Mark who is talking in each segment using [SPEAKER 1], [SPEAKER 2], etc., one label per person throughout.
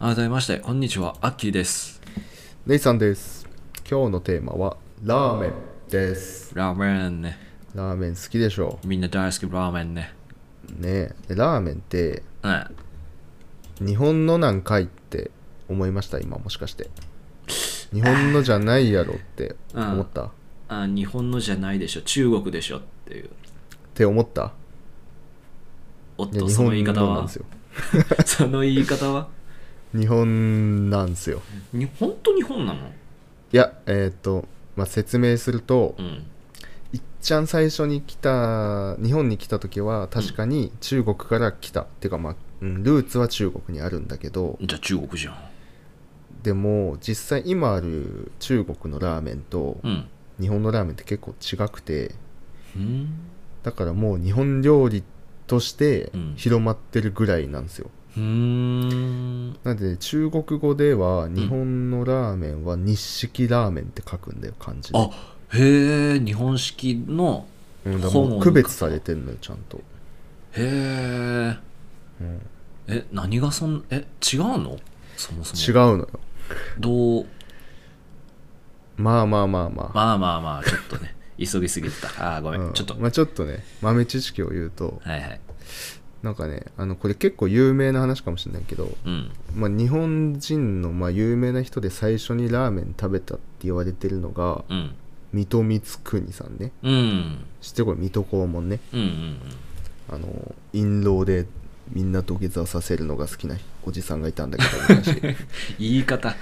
[SPEAKER 1] 改めましてこんにちはアッキーです
[SPEAKER 2] ネイさんです。今日のテーマはラーメンです。
[SPEAKER 1] ラーメンね
[SPEAKER 2] ラーメン好きでしょ
[SPEAKER 1] みんな大好きラーメンね
[SPEAKER 2] う。ねえでラーメンって
[SPEAKER 1] うん
[SPEAKER 2] 日本のなんかいって思いました今もしかして。日本のじゃないやろって思った、っ
[SPEAKER 1] あ日本のじゃないでしょ中国でしょっていう
[SPEAKER 2] て思った
[SPEAKER 1] おっ
[SPEAKER 2] いや
[SPEAKER 1] と
[SPEAKER 2] 日
[SPEAKER 1] その
[SPEAKER 2] 本
[SPEAKER 1] 言い方
[SPEAKER 2] のなん
[SPEAKER 1] は
[SPEAKER 2] ですよ。
[SPEAKER 1] その言い方は
[SPEAKER 2] 日本なんですよ。
[SPEAKER 1] に本当日本なの
[SPEAKER 2] いやえっ、と、まあ、説明すると、
[SPEAKER 1] うん
[SPEAKER 2] いっちゃん最初に来た日本に来た時は確かに中国から来た、っていうかまあ、うん、ルーツは中国にあるんだけど
[SPEAKER 1] じゃあ中国じゃん
[SPEAKER 2] でも実際今ある中国のラーメンと
[SPEAKER 1] うん
[SPEAKER 2] 日本のラーメンって結構違くて
[SPEAKER 1] うん
[SPEAKER 2] だからもう日本料理として
[SPEAKER 1] うん
[SPEAKER 2] 広まってるぐらいなんですよ、
[SPEAKER 1] うーん
[SPEAKER 2] なので中国語では日本のラーメンは日式ラーメンって書くんだよ漢字で、
[SPEAKER 1] あへえ日本式の
[SPEAKER 2] うん、だからもう区別されてんのよちゃんと
[SPEAKER 1] へえ、え何がそんえ違うのそも
[SPEAKER 2] 違
[SPEAKER 1] そうも違う
[SPEAKER 2] のよ
[SPEAKER 1] どう
[SPEAKER 2] まあまあまあまあ
[SPEAKER 1] まあまあまあちょっとね 急ぎすぎてたあーごめん、
[SPEAKER 2] うん
[SPEAKER 1] ちょっと、
[SPEAKER 2] まあ、ちょっとね豆知識を言うと
[SPEAKER 1] はいはい
[SPEAKER 2] なんかねあのこれ結構有名な話かもしれないけど、
[SPEAKER 1] うん
[SPEAKER 2] まあ、日本人のまあ有名な人で最初にラーメン食べたって言われてるのが
[SPEAKER 1] うん
[SPEAKER 2] 水戸光圀さんね
[SPEAKER 1] うんうん
[SPEAKER 2] 知ってるこれ水戸黄門ね
[SPEAKER 1] うんうん
[SPEAKER 2] あの印籠でみんな土下座させるのが好きなおじさんがいたんだけど昔
[SPEAKER 1] 言い方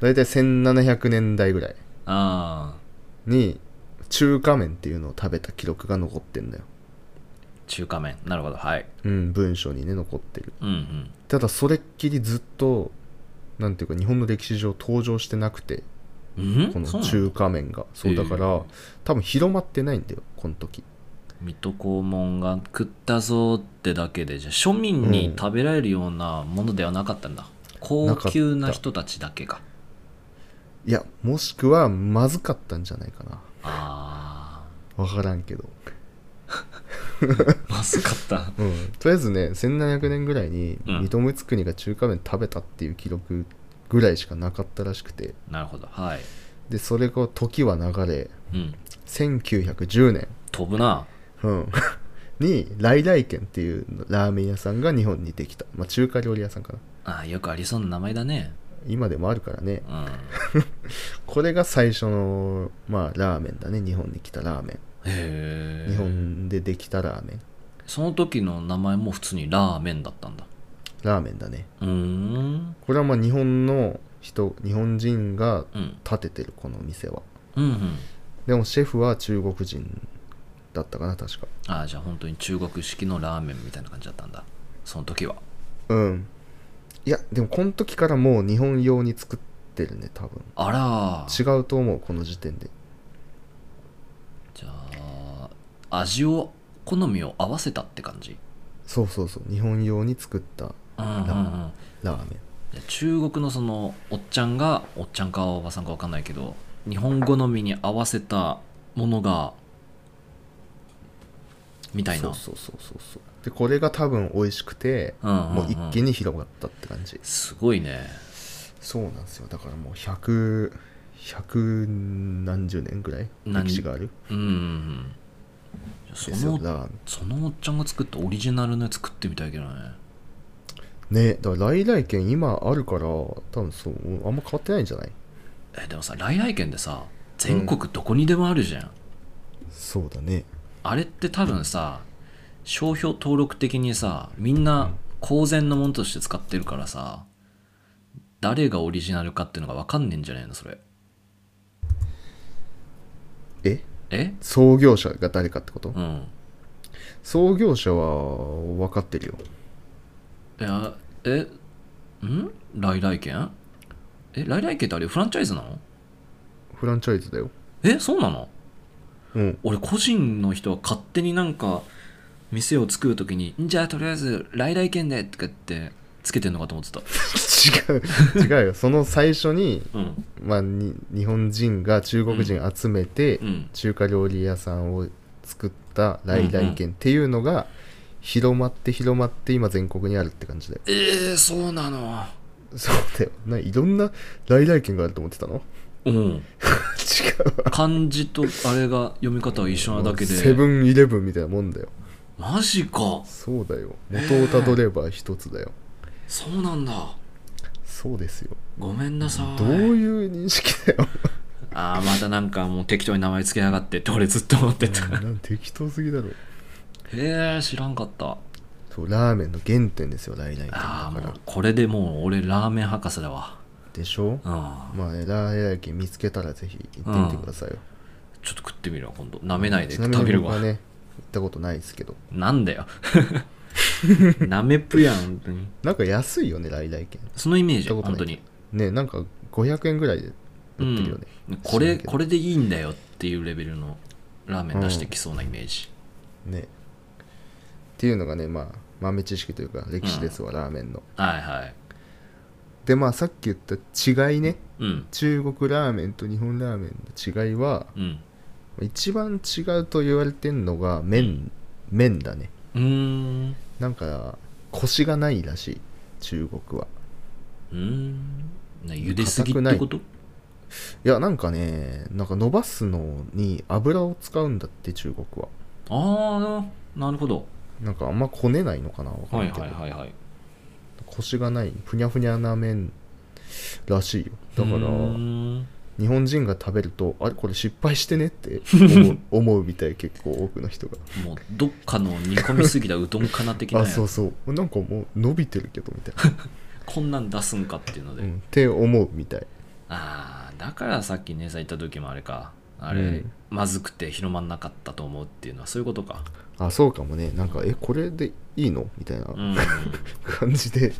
[SPEAKER 2] 大体1700年代ぐらい
[SPEAKER 1] ああ
[SPEAKER 2] に中華麺っていうのを食べた記録が残ってんだよ
[SPEAKER 1] 中華麺なるほどはい
[SPEAKER 2] うん文章にね残ってる
[SPEAKER 1] うんうん
[SPEAKER 2] ただそれっきりずっとなんていうか日本の歴史上登場してなくて
[SPEAKER 1] うん
[SPEAKER 2] この
[SPEAKER 1] そうな
[SPEAKER 2] 中華麺がそう
[SPEAKER 1] へえ
[SPEAKER 2] だから、多分広まってないんだよこの時
[SPEAKER 1] 水戸黄門が食ったぞってだけでじゃあ庶民に食べられるようなものではなかったんだ、高級な人たちだけか
[SPEAKER 2] いやもしくはまずかったんじゃないかな
[SPEAKER 1] あ
[SPEAKER 2] わからんけど、
[SPEAKER 1] ーまずかった
[SPEAKER 2] うん、とりあえずね1700年ぐらいに
[SPEAKER 1] うん
[SPEAKER 2] 水戸光圀が中華麺食べたっていう記録ぐらいしかなかったらしくて
[SPEAKER 1] なるほどはい、
[SPEAKER 2] でそれが時は流れ
[SPEAKER 1] うん、
[SPEAKER 2] 1910年、
[SPEAKER 1] 飛ぶな
[SPEAKER 2] うん、 に来来軒っていうラーメン屋さんが日本にできた、まあ、中華料理屋さんかな
[SPEAKER 1] あーよくありそうな名前だね
[SPEAKER 2] 今でもあるからね
[SPEAKER 1] うん
[SPEAKER 2] これが最初のまあラーメンだね日本に来たラーメ
[SPEAKER 1] へえ
[SPEAKER 2] ン日本でできたラーメン
[SPEAKER 1] その時の名前も普通にラーメンだったんだ
[SPEAKER 2] ラーメンだね
[SPEAKER 1] うーん
[SPEAKER 2] これはまあ日本の人日本人が
[SPEAKER 1] うん
[SPEAKER 2] 建ててるこの店は
[SPEAKER 1] うんうん
[SPEAKER 2] でもシェフは中国人だったかな確か
[SPEAKER 1] ああじゃあ本当に中国式のラーメンみたいな感じだったんだその時は
[SPEAKER 2] うんいやでもこの時からもう日本用に作ってるね多分
[SPEAKER 1] あらー
[SPEAKER 2] 違うと思うこの時点で
[SPEAKER 1] じゃあ味を好みを合わせたって感じ
[SPEAKER 2] そうそうそう日本用に作った
[SPEAKER 1] うんうんうんじゃ
[SPEAKER 2] ラーメン
[SPEAKER 1] あ中国のそのおっちゃんがおっちゃんかおばさんかわかんないけど日本好みに合わせたものがみたいな
[SPEAKER 2] そうそうそうそうそうでこれが多分美味しくて、
[SPEAKER 1] うんうんうん
[SPEAKER 2] もう一気に広がったって感じ
[SPEAKER 1] すごいね
[SPEAKER 2] そうなんですよだからもう100 100何十年ぐらい
[SPEAKER 1] 何
[SPEAKER 2] 歴史があるん
[SPEAKER 1] うんうんうんじゃあ
[SPEAKER 2] です
[SPEAKER 1] そ
[SPEAKER 2] よ
[SPEAKER 1] の
[SPEAKER 2] ラーメ
[SPEAKER 1] そのおっちゃんが作ったオリジナルのやつ作ってみたいけどね
[SPEAKER 2] ンねだから来来軒今あるから多分そうあんま変わってないんじゃない
[SPEAKER 1] えでもさ来来県でさ全国どこにでもあるじゃん
[SPEAKER 2] そうだね
[SPEAKER 1] あれって多分さ商標登録的にさみんな公然のものとして使ってるからさ誰がオリジナルかっていうのが分かんねえんじゃねえのそれ
[SPEAKER 2] え
[SPEAKER 1] え
[SPEAKER 2] 創業者が誰かってこと、
[SPEAKER 1] うん
[SPEAKER 2] 創業者は分かってるよ
[SPEAKER 1] いやえん来来券え来来券ってあれフランチャイズなの
[SPEAKER 2] フランチャイズだよ
[SPEAKER 1] えそうなの
[SPEAKER 2] うん
[SPEAKER 1] 俺個人の人は勝手になんか店を作るときにんじゃあとりあえず来来券でとかってつけてんのかと思ってた
[SPEAKER 2] 違う違うよその最初に,、
[SPEAKER 1] うん
[SPEAKER 2] まあ、に日本人が中国人集めて、
[SPEAKER 1] うん
[SPEAKER 2] 中華料理屋さんを作った来来軒っていうのが広まって広まって今全国にあるって感じだよ
[SPEAKER 1] えー、そうなの
[SPEAKER 2] そうだよないろんな来来軒があると思ってた の
[SPEAKER 1] うん
[SPEAKER 2] 違うわ
[SPEAKER 1] 漢字とあれが読み方は一緒なだけで
[SPEAKER 2] セブンイレブンみたいなもんだよ
[SPEAKER 1] マジか
[SPEAKER 2] そうだよ元をたどれば一つだよ、
[SPEAKER 1] そうなんだ
[SPEAKER 2] そうですよ
[SPEAKER 1] ごめんなさい
[SPEAKER 2] どういう認識だよ
[SPEAKER 1] ああまたなんかもう適当に名前つけやがってって俺ずっと思って たへ
[SPEAKER 2] なん適当すぎだろ
[SPEAKER 1] え知らんかった
[SPEAKER 2] そうラーメンの原点ですよ来来軒だ
[SPEAKER 1] ああ
[SPEAKER 2] か
[SPEAKER 1] も
[SPEAKER 2] ら
[SPEAKER 1] うこれでもう俺ラーメン博士だわ
[SPEAKER 2] でしょ
[SPEAKER 1] うん
[SPEAKER 2] まあね来来軒見つけたらぜひ行ってみてくださいよ、
[SPEAKER 1] ちょっと食ってみるわ今度舐めないで
[SPEAKER 2] ちなみ
[SPEAKER 1] 食べ
[SPEAKER 2] に
[SPEAKER 1] る
[SPEAKER 2] 僕は
[SPEAKER 1] わ、
[SPEAKER 2] ね行ったことないですけど
[SPEAKER 1] なんだよ なめっぷやん本当に
[SPEAKER 2] なんか安いよね来来軒
[SPEAKER 1] そのイメージ
[SPEAKER 2] 行ったこと
[SPEAKER 1] 本
[SPEAKER 2] ない
[SPEAKER 1] 当に
[SPEAKER 2] ねなんか500円ぐらいで売ってるよね、
[SPEAKER 1] うん、これこ
[SPEAKER 2] れ
[SPEAKER 1] れでいいんだよっていうレベルのラーメン出してきそうなイメージ、
[SPEAKER 2] ねっていうのがねまあ豆知識というか歴史ですわ、ラーメンの
[SPEAKER 1] はいはい
[SPEAKER 2] でまあさっき言った違いね
[SPEAKER 1] うん
[SPEAKER 2] 中国ラーメンと日本ラーメンの違いは
[SPEAKER 1] うん
[SPEAKER 2] 一番違うと言われてんのが麺麺だね
[SPEAKER 1] うーん
[SPEAKER 2] なんかコシがないらしい中国は
[SPEAKER 1] うーんね茹ですぎってこと
[SPEAKER 2] いやなんかねなんか伸ばすのに油を使うんだって中国は
[SPEAKER 1] ああなるほど
[SPEAKER 2] なんかあんまこねないのかなわかん
[SPEAKER 1] は
[SPEAKER 2] ないいけど、
[SPEAKER 1] はいはいはい
[SPEAKER 2] コシがないふにゃふにゃな麺らしいよだか
[SPEAKER 1] うー
[SPEAKER 2] ら
[SPEAKER 1] ん
[SPEAKER 2] 日本人が食べるとあれこれ失敗してねって思 う思うみたい結構多くの人が
[SPEAKER 1] もうどっかの煮込みすぎたうどんかな的なや
[SPEAKER 2] あ
[SPEAKER 1] つ
[SPEAKER 2] そうそうなんかもう伸びてるけどみたい
[SPEAKER 1] こんなん出すんかっていうので、
[SPEAKER 2] な、うん、って思うみたい
[SPEAKER 1] ああだからさっき姉さん行った時もあれかあれ、
[SPEAKER 2] うん
[SPEAKER 1] まずくて広まんなかったと思うっていうのはそういうことか
[SPEAKER 2] あそうかもねなんかえこれでいいのみたいな
[SPEAKER 1] うん
[SPEAKER 2] 感じで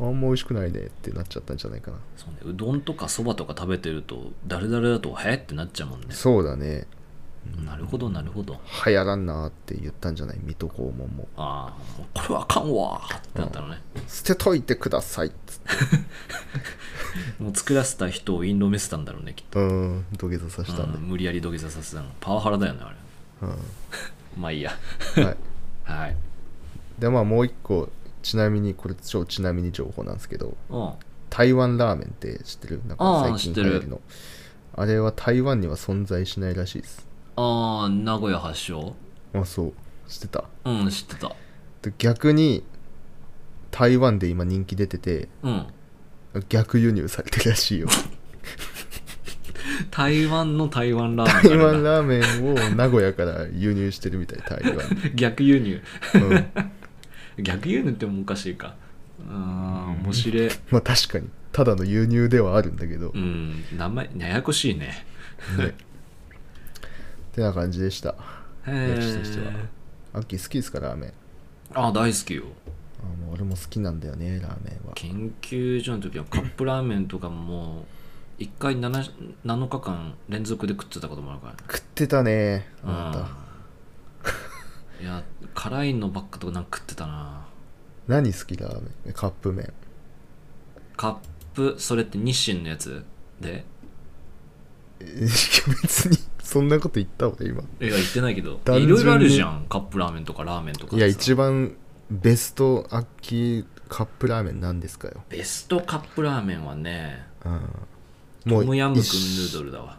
[SPEAKER 2] あんま美味しくないねってなっちゃったんじゃないかな
[SPEAKER 1] そう,、ね、うどんとかそばとか食べてると誰々だとへえってなっちゃうもんね
[SPEAKER 2] そうだね
[SPEAKER 1] なるほどなるほど
[SPEAKER 2] 流行らんなーって言ったんじゃない水戸黄門も
[SPEAKER 1] ああこれはあかんわーってなったのね、
[SPEAKER 2] 捨てといてくださいっつって
[SPEAKER 1] もう作らせた人をインドメスたんだろうねきっと
[SPEAKER 2] うーん土下座させたん
[SPEAKER 1] う
[SPEAKER 2] で
[SPEAKER 1] ん、無理やり土下座させたのパワハラだよねあれ
[SPEAKER 2] う
[SPEAKER 1] まあいいや
[SPEAKER 2] んはい
[SPEAKER 1] はい
[SPEAKER 2] でまあもう一個ちなみにこれ超ちなみに情報なんですけど
[SPEAKER 1] うん
[SPEAKER 2] 台湾ラーメンって知ってるなん
[SPEAKER 1] あー
[SPEAKER 2] か最近流行りのあれは台湾には存在しないらしいです
[SPEAKER 1] ああ名古屋発祥
[SPEAKER 2] あそう知ってた
[SPEAKER 1] うん知ってた
[SPEAKER 2] で逆に台湾で今人気出てて
[SPEAKER 1] うん
[SPEAKER 2] 逆輸入されてるらしいよ
[SPEAKER 1] 台湾の台湾ラーメ
[SPEAKER 2] 台
[SPEAKER 1] ンから
[SPEAKER 2] 湾ラーメンを名古屋から輸入してるみたい台湾
[SPEAKER 1] 逆輸入
[SPEAKER 2] うん
[SPEAKER 1] 逆輸入ってもおかしいかあー面白い
[SPEAKER 2] まあ確かにただの輸入ではあるんだけど、
[SPEAKER 1] う
[SPEAKER 2] ね
[SPEAKER 1] ん名前ややこしいね
[SPEAKER 2] ってな感じでした
[SPEAKER 1] へ
[SPEAKER 2] 歴史としては
[SPEAKER 1] え
[SPEAKER 2] アッキー好きですかラーメン
[SPEAKER 1] あ大好きよ
[SPEAKER 2] あもう俺も好きなんだよねラーメンは
[SPEAKER 1] 研究所の時はカップラーメンとかももう1回 7, 7日間連続で食ってたこともあるからね
[SPEAKER 2] 食ってたねあなた
[SPEAKER 1] うんいや辛いのばっかとかなんか食ってたな
[SPEAKER 2] 何好きラーメンカップ麺
[SPEAKER 1] カップそれって日清のやつで
[SPEAKER 2] え別にそんなこと言った俺今
[SPEAKER 1] いや言ってないけど
[SPEAKER 2] 単純
[SPEAKER 1] い
[SPEAKER 2] に
[SPEAKER 1] ろいろあるじゃんカップラーメンとかラーメンとか
[SPEAKER 2] いや
[SPEAKER 1] さ
[SPEAKER 2] 一番ベストアッキーカップラーメンなんですかよ、
[SPEAKER 1] ベストカップラーメンはね
[SPEAKER 2] うん、
[SPEAKER 1] トムヤムクンヌード
[SPEAKER 2] ル
[SPEAKER 1] ルだわ
[SPEAKER 2] あ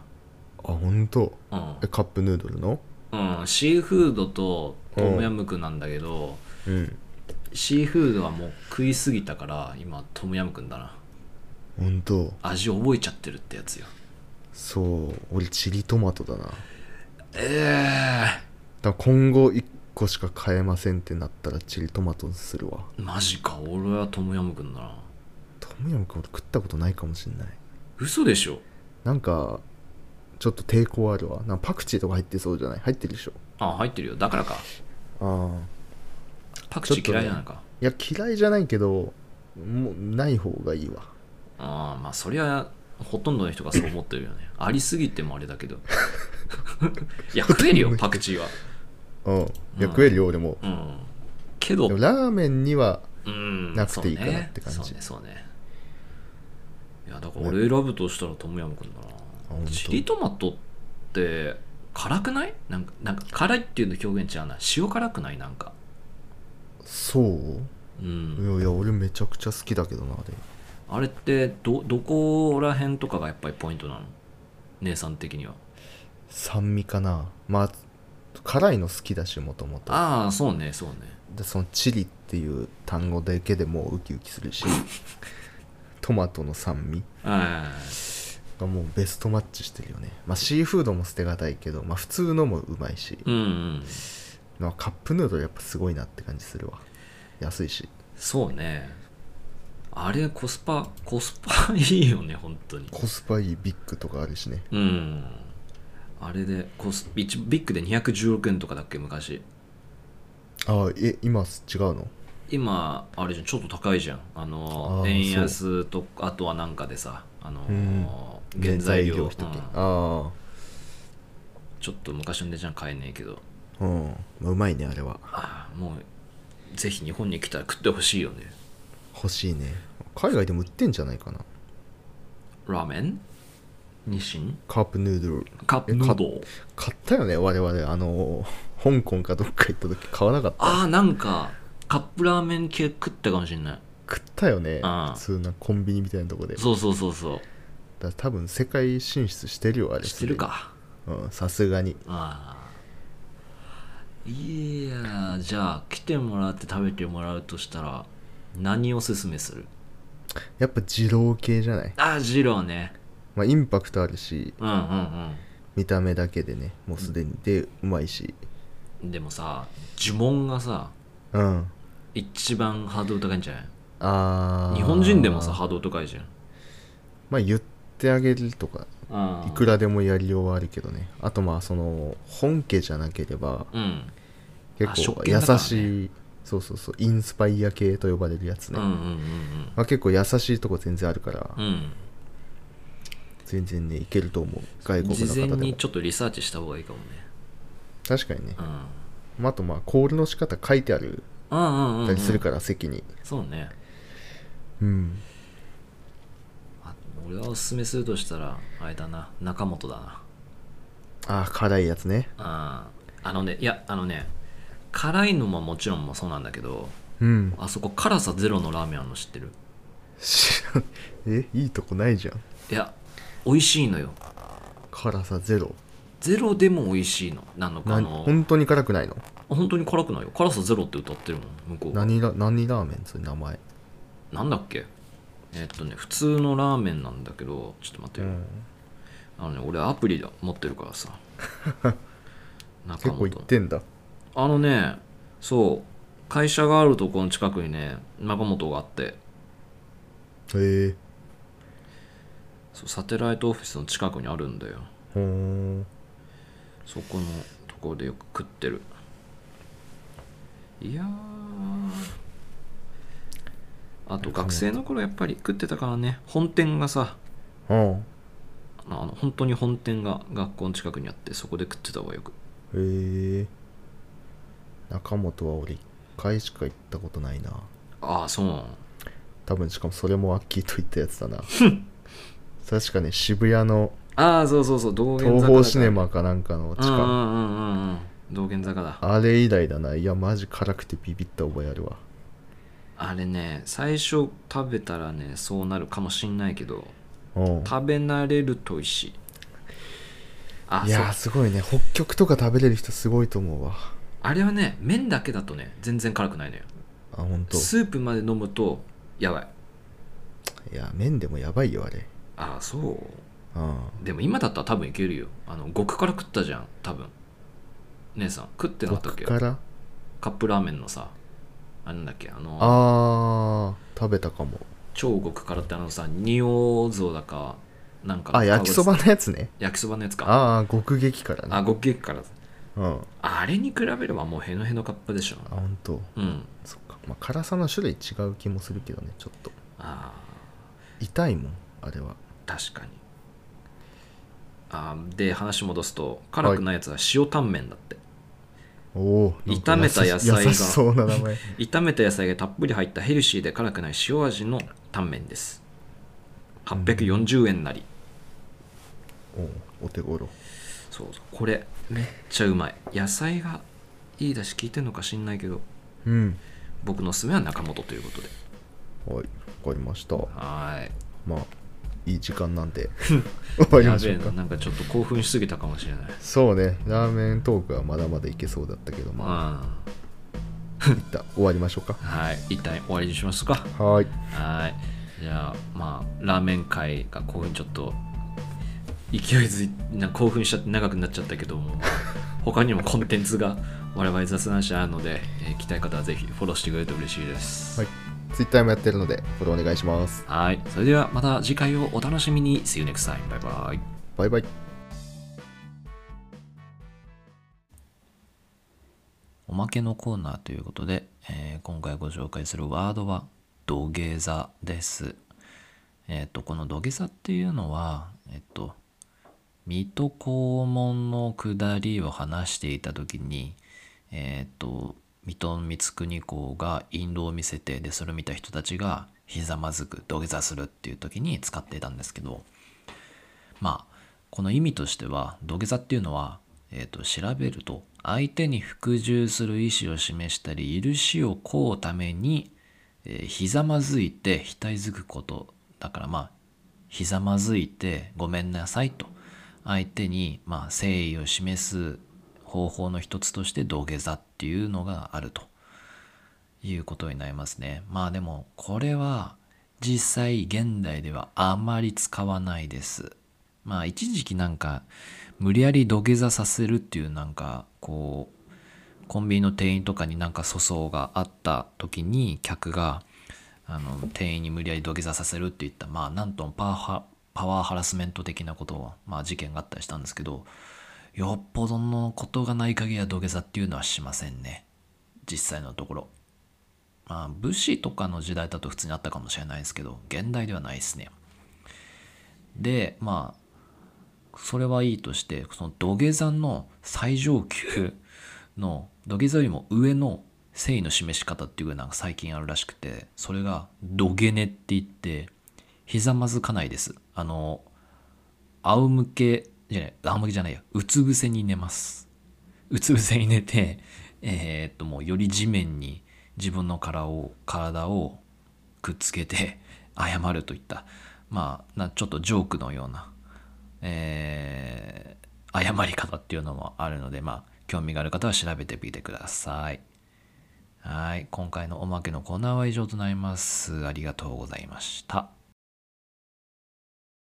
[SPEAKER 2] 本当。
[SPEAKER 1] うん
[SPEAKER 2] えカップヌードルの
[SPEAKER 1] うん、シーフードとトムヤムクンなんだけど、
[SPEAKER 2] うん
[SPEAKER 1] シーフードはもう食いすぎたから今トムヤムクンだな
[SPEAKER 2] 本当。
[SPEAKER 1] 味覚えちゃってるってやつよ
[SPEAKER 2] そう俺チリトマトだなだか
[SPEAKER 1] え
[SPEAKER 2] ら今後1個しか買えませんってなったらチリトマトにするわ
[SPEAKER 1] えマジか俺はトムヤムクンだな
[SPEAKER 2] トムヤムクン俺食ったことないかもしんない
[SPEAKER 1] 嘘でしょ
[SPEAKER 2] なんかちょっと抵抗あるわなんかパクチーとか入ってそうじゃない入ってるでしょ
[SPEAKER 1] あ入ってるよだからか
[SPEAKER 2] ああ
[SPEAKER 1] パクチー嫌いなのか、
[SPEAKER 2] いや嫌いじゃないけどもうない方がいいわ
[SPEAKER 1] ああまあそりゃほとんどの人がそう思ってるよねありすぎてもあれだ けどいや 食えるよパクチーは
[SPEAKER 2] うんい
[SPEAKER 1] う
[SPEAKER 2] や
[SPEAKER 1] ん
[SPEAKER 2] 食えるよ俺も
[SPEAKER 1] うんけど
[SPEAKER 2] でもラーメンには
[SPEAKER 1] うん
[SPEAKER 2] なくていいかなって感じ
[SPEAKER 1] そうねそうねそうねいやだから俺選ぶとしたらトムヤムくんだな、
[SPEAKER 2] 本当
[SPEAKER 1] チリトマトって辛くないなんかなんか辛いっていうの表現違うな塩辛くないなんか
[SPEAKER 2] そう
[SPEAKER 1] うん、
[SPEAKER 2] いやいや俺めちゃくちゃ好きだけどなあれ
[SPEAKER 1] あれってどどこら辺とかがやっぱりポイントなの姉さん的には
[SPEAKER 2] 酸味かなまあ辛いの好きだしもともと
[SPEAKER 1] ああそうねそうね
[SPEAKER 2] でそのチリっていう単語だけでもうウキウキす るしトマトの酸味
[SPEAKER 1] あ
[SPEAKER 2] がもうベストマッチしてるよねまあシーフードも捨てがたいけど、まあ、普通のもうまいし、
[SPEAKER 1] うんうん
[SPEAKER 2] まあ、カップヌードルやっぱすごいなって感じするわ安いし
[SPEAKER 1] そうねあれコスパコスパいいよね本当に
[SPEAKER 2] コスパいいビッグとかあるしね
[SPEAKER 1] うんあれでコス一ビッグで216円とかだっけ昔
[SPEAKER 2] ああえ今違うの
[SPEAKER 1] 今あれじゃんちょっと高いじゃんあの
[SPEAKER 2] あー
[SPEAKER 1] 円安とあとはなんかでさあのー
[SPEAKER 2] 原
[SPEAKER 1] 原材料
[SPEAKER 2] 一
[SPEAKER 1] うん
[SPEAKER 2] 件あ
[SPEAKER 1] ちょっと昔の値段買えねえけど
[SPEAKER 2] あうんまあうまいねあれは
[SPEAKER 1] ああもうぜひ日本に来たら食ってほしいよね
[SPEAKER 2] 欲しいね海外でも売ってんじゃないかな
[SPEAKER 1] ラーメンニシン
[SPEAKER 2] カップヌードル
[SPEAKER 1] カップヌードル
[SPEAKER 2] 買ったよね我々あの香港かどっか行った時買わなかった
[SPEAKER 1] ああなんかカップラーメン系食ったかもしれない
[SPEAKER 2] 食ったよね
[SPEAKER 1] うん
[SPEAKER 2] 普通なコンビニみたいなとこでだか
[SPEAKER 1] そうそうそうそ
[SPEAKER 2] ら多分世界進出してるよあ
[SPEAKER 1] う
[SPEAKER 2] れ
[SPEAKER 1] してるか
[SPEAKER 2] うんさすがに
[SPEAKER 1] ああいやーじゃあ来てもらって食べてもらうとしたら何おすすめする
[SPEAKER 2] やっぱ二郎系じゃない、
[SPEAKER 1] ああジローね
[SPEAKER 2] まあ、インパクトあるし
[SPEAKER 1] うんうん
[SPEAKER 2] 見た目だけでねもうすでにでうまいし
[SPEAKER 1] うんでもさ呪文がさ
[SPEAKER 2] うん
[SPEAKER 1] 一番ハードル高いんじゃない
[SPEAKER 2] あー
[SPEAKER 1] 日本人でもさハードル高いじゃん
[SPEAKER 2] まあ言ってあげるとか
[SPEAKER 1] ああ
[SPEAKER 2] いくらでもやりようはあるけどねあとまあその本家じゃなければ
[SPEAKER 1] うん
[SPEAKER 2] 結
[SPEAKER 1] 食
[SPEAKER 2] 構
[SPEAKER 1] 券だ
[SPEAKER 2] 優
[SPEAKER 1] からね
[SPEAKER 2] しい、そうそうそうインスパイア系と呼ばれるやつ
[SPEAKER 1] う
[SPEAKER 2] ね、
[SPEAKER 1] んうん
[SPEAKER 2] まあ、結構優しいとこ全然あるから、
[SPEAKER 1] うんうん
[SPEAKER 2] 全然ねいけると思う
[SPEAKER 1] う
[SPEAKER 2] 外
[SPEAKER 1] ん
[SPEAKER 2] 国の
[SPEAKER 1] 事前
[SPEAKER 2] 方で
[SPEAKER 1] に
[SPEAKER 2] も
[SPEAKER 1] ちょっとリサーチした方がいいかもね
[SPEAKER 2] 確かにね
[SPEAKER 1] う、ん
[SPEAKER 2] まあ、あとまあコールの仕方書いてある
[SPEAKER 1] うんうんうん、
[SPEAKER 2] た
[SPEAKER 1] うん、
[SPEAKER 2] りするから、席に
[SPEAKER 1] そうね
[SPEAKER 2] うん
[SPEAKER 1] あ俺がおすすめするとしたらあれだな中本だな
[SPEAKER 2] ああ辛いやつね
[SPEAKER 1] あーあのねいやあのね辛いのももちろんもそうなんだけど
[SPEAKER 2] うん
[SPEAKER 1] あそこ辛さゼロのラーメンあるの知ってる
[SPEAKER 2] 知らんえいいとこないじゃん
[SPEAKER 1] いや美味しいのよ
[SPEAKER 2] 辛さゼロ
[SPEAKER 1] ゼロでも美味しいのなのかあ
[SPEAKER 2] な
[SPEAKER 1] の
[SPEAKER 2] 本当に辛くないの
[SPEAKER 1] 本当に辛くないよ辛さゼロって歌ってるもん向こうが
[SPEAKER 2] 何ラ何ラーメンそれ名前
[SPEAKER 1] なんだっけえっとね普通のラーメンなんだけどちょっと待ってよ、あのね俺アプリだ持ってるから さ中
[SPEAKER 2] 結構
[SPEAKER 1] 本
[SPEAKER 2] 行ってんだ
[SPEAKER 1] あのねそう会社があるとこの近くにね中本があって
[SPEAKER 2] へえ
[SPEAKER 1] そうサテライトオフィスの近くにあるんだよ
[SPEAKER 2] ほーん
[SPEAKER 1] そこのところでよく食ってるいやーあと学生の頃やっぱり食ってたからね本店がさ
[SPEAKER 2] うん
[SPEAKER 1] あのあの本当に本店が学校の近くにあってそこで食ってたわよく
[SPEAKER 2] へえ中本は俺1回しか行ったことないな
[SPEAKER 1] ああそう
[SPEAKER 2] 多分しかもそれもアッキーと言ったやつだな確かね渋谷の
[SPEAKER 1] ああそうそうそう道玄坂
[SPEAKER 2] 東
[SPEAKER 1] だ
[SPEAKER 2] 宝シネマかなんかの地
[SPEAKER 1] うんう
[SPEAKER 2] 下
[SPEAKER 1] んうんうんうん道玄坂だ
[SPEAKER 2] あれ以来だないやマジ辛くてビビった覚えあるわ
[SPEAKER 1] あれね最初食べたらねそうなるかもしんないけど
[SPEAKER 2] うん
[SPEAKER 1] 食べ慣れると美味しいあそ
[SPEAKER 2] い
[SPEAKER 1] う
[SPEAKER 2] やーすごいね北極とか食べれる人すごいと思うわ
[SPEAKER 1] あれはね麺だけだとね全然辛くないのよ
[SPEAKER 2] あ本当。
[SPEAKER 1] スープまで飲むとやばい
[SPEAKER 2] いや麺でもやばいよあれ
[SPEAKER 1] ああそう
[SPEAKER 2] うん
[SPEAKER 1] でも今だったら多分いけるよあの極辛食ったじゃん多分姉さん食ってなかったっ
[SPEAKER 2] 僕
[SPEAKER 1] け
[SPEAKER 2] から
[SPEAKER 1] カップラーメンのさあれなんだっけあの
[SPEAKER 2] あー食べたかも
[SPEAKER 1] 超極辛ってあのさ仁王像だかなんか
[SPEAKER 2] あ焼きそばのやつね
[SPEAKER 1] 焼きそばのやつか
[SPEAKER 2] ああ極激からね
[SPEAKER 1] あ極激辛
[SPEAKER 2] うんあ
[SPEAKER 1] あれに比べればもうヘノヘノカップでしょ
[SPEAKER 2] 本当
[SPEAKER 1] うん
[SPEAKER 2] そっか、まあ、辛さの種類違う気もするけどねちょっと
[SPEAKER 1] あ
[SPEAKER 2] 痛いもんあれは
[SPEAKER 1] ー確かにあーで話戻すと辛くないやつは塩タンメンだって、
[SPEAKER 2] おお
[SPEAKER 1] 炒めた野菜が
[SPEAKER 2] 優しそ うな名前
[SPEAKER 1] 炒めた野菜がたっぷり入ったヘルシーで辛くない塩味のタンメンです840円なり、
[SPEAKER 2] おおお手頃
[SPEAKER 1] そうそうこれめっちゃうまい野菜がいいだし効いてんのか知んないけど
[SPEAKER 2] うん
[SPEAKER 1] 僕のおすすめは中本ということで
[SPEAKER 2] はいわかりました
[SPEAKER 1] はーい
[SPEAKER 2] まあいい時間な んで終わり
[SPEAKER 1] や
[SPEAKER 2] まし
[SPEAKER 1] べ
[SPEAKER 2] ょ
[SPEAKER 1] え
[SPEAKER 2] う
[SPEAKER 1] な
[SPEAKER 2] か
[SPEAKER 1] なんかちょっと興奮しすぎたかもしれない
[SPEAKER 2] そうねラーメントークはまだまだいけそうだったけどまあ
[SPEAKER 1] ま
[SPEAKER 2] 一旦終わりましょうか
[SPEAKER 1] あはい一旦終わりにしますか
[SPEAKER 2] はーい
[SPEAKER 1] はいじゃあまあラーメン界がこういうふうにちょっと勢いづいな興奮しちゃって長くなっちゃったけども他にもコンテンツが我々雑談者あるので、えー来たい方はぜひフォローしてくれると嬉しいです
[SPEAKER 2] はい Twitter もやってるのでフォローお願いします
[SPEAKER 1] はいそれではまた次回をお楽しみに See you next time バイバイ
[SPEAKER 2] バイバイ
[SPEAKER 1] おまけのコーナーということで、えー今回ご紹介するワードは土下座です。えっ、と、この土下座っていうのは、えっ、と、水戸黄門の下りを話していた時に、えっ、と、水戸光圀公が陰謀を見せて、で、それを見た人たちがひざまずく、土下座するっていう時に使っていたんですけど、まあこの意味としては土下座っていうのは、えー、と調べると相手に服従する意思を示したり許しを請うために、えーひざまずいてひたいづくことだからまあひざまずいてごめんなさいと相手にまあ誠意を示す方法の一つとして土下座っていうのがあると。いうことになりますね。まあでもこれは実際現代ではあまり使わないです。まあ一時期なんか無理やり土下座させるっていうなんかこうコンビニの店員とかになんか粗相があった時に客があの店員に無理やり土下座させるっていったまあなんともパワハパワーハラスメント的なことを、まあ、事件があったりしたんですけどよっぽどのことがない限りは土下座っていうのはしませんね実際のところ。まあ、武士とかの時代だと普通にあったかもしれないですけど現代ではないですねでまあそれはいいとしてその土下座の最上級の土下座よりも上の誠意の示し方っていうのが最近あるらしくてそれが土下寝って言ってひざまずかないですあの仰向けじゃない仰向けじゃないやうつ伏せに寝ますうつ伏せに寝て、えーっと、もうより地面に自分の体を、体をくっつけて謝るといった、まあ、なちょっとジョークのような、えー謝り方っていうのもあるので、まあ、興味がある方は調べてみてください。はい。今回のおまけのコーナーは以上となります。ありがとうございました。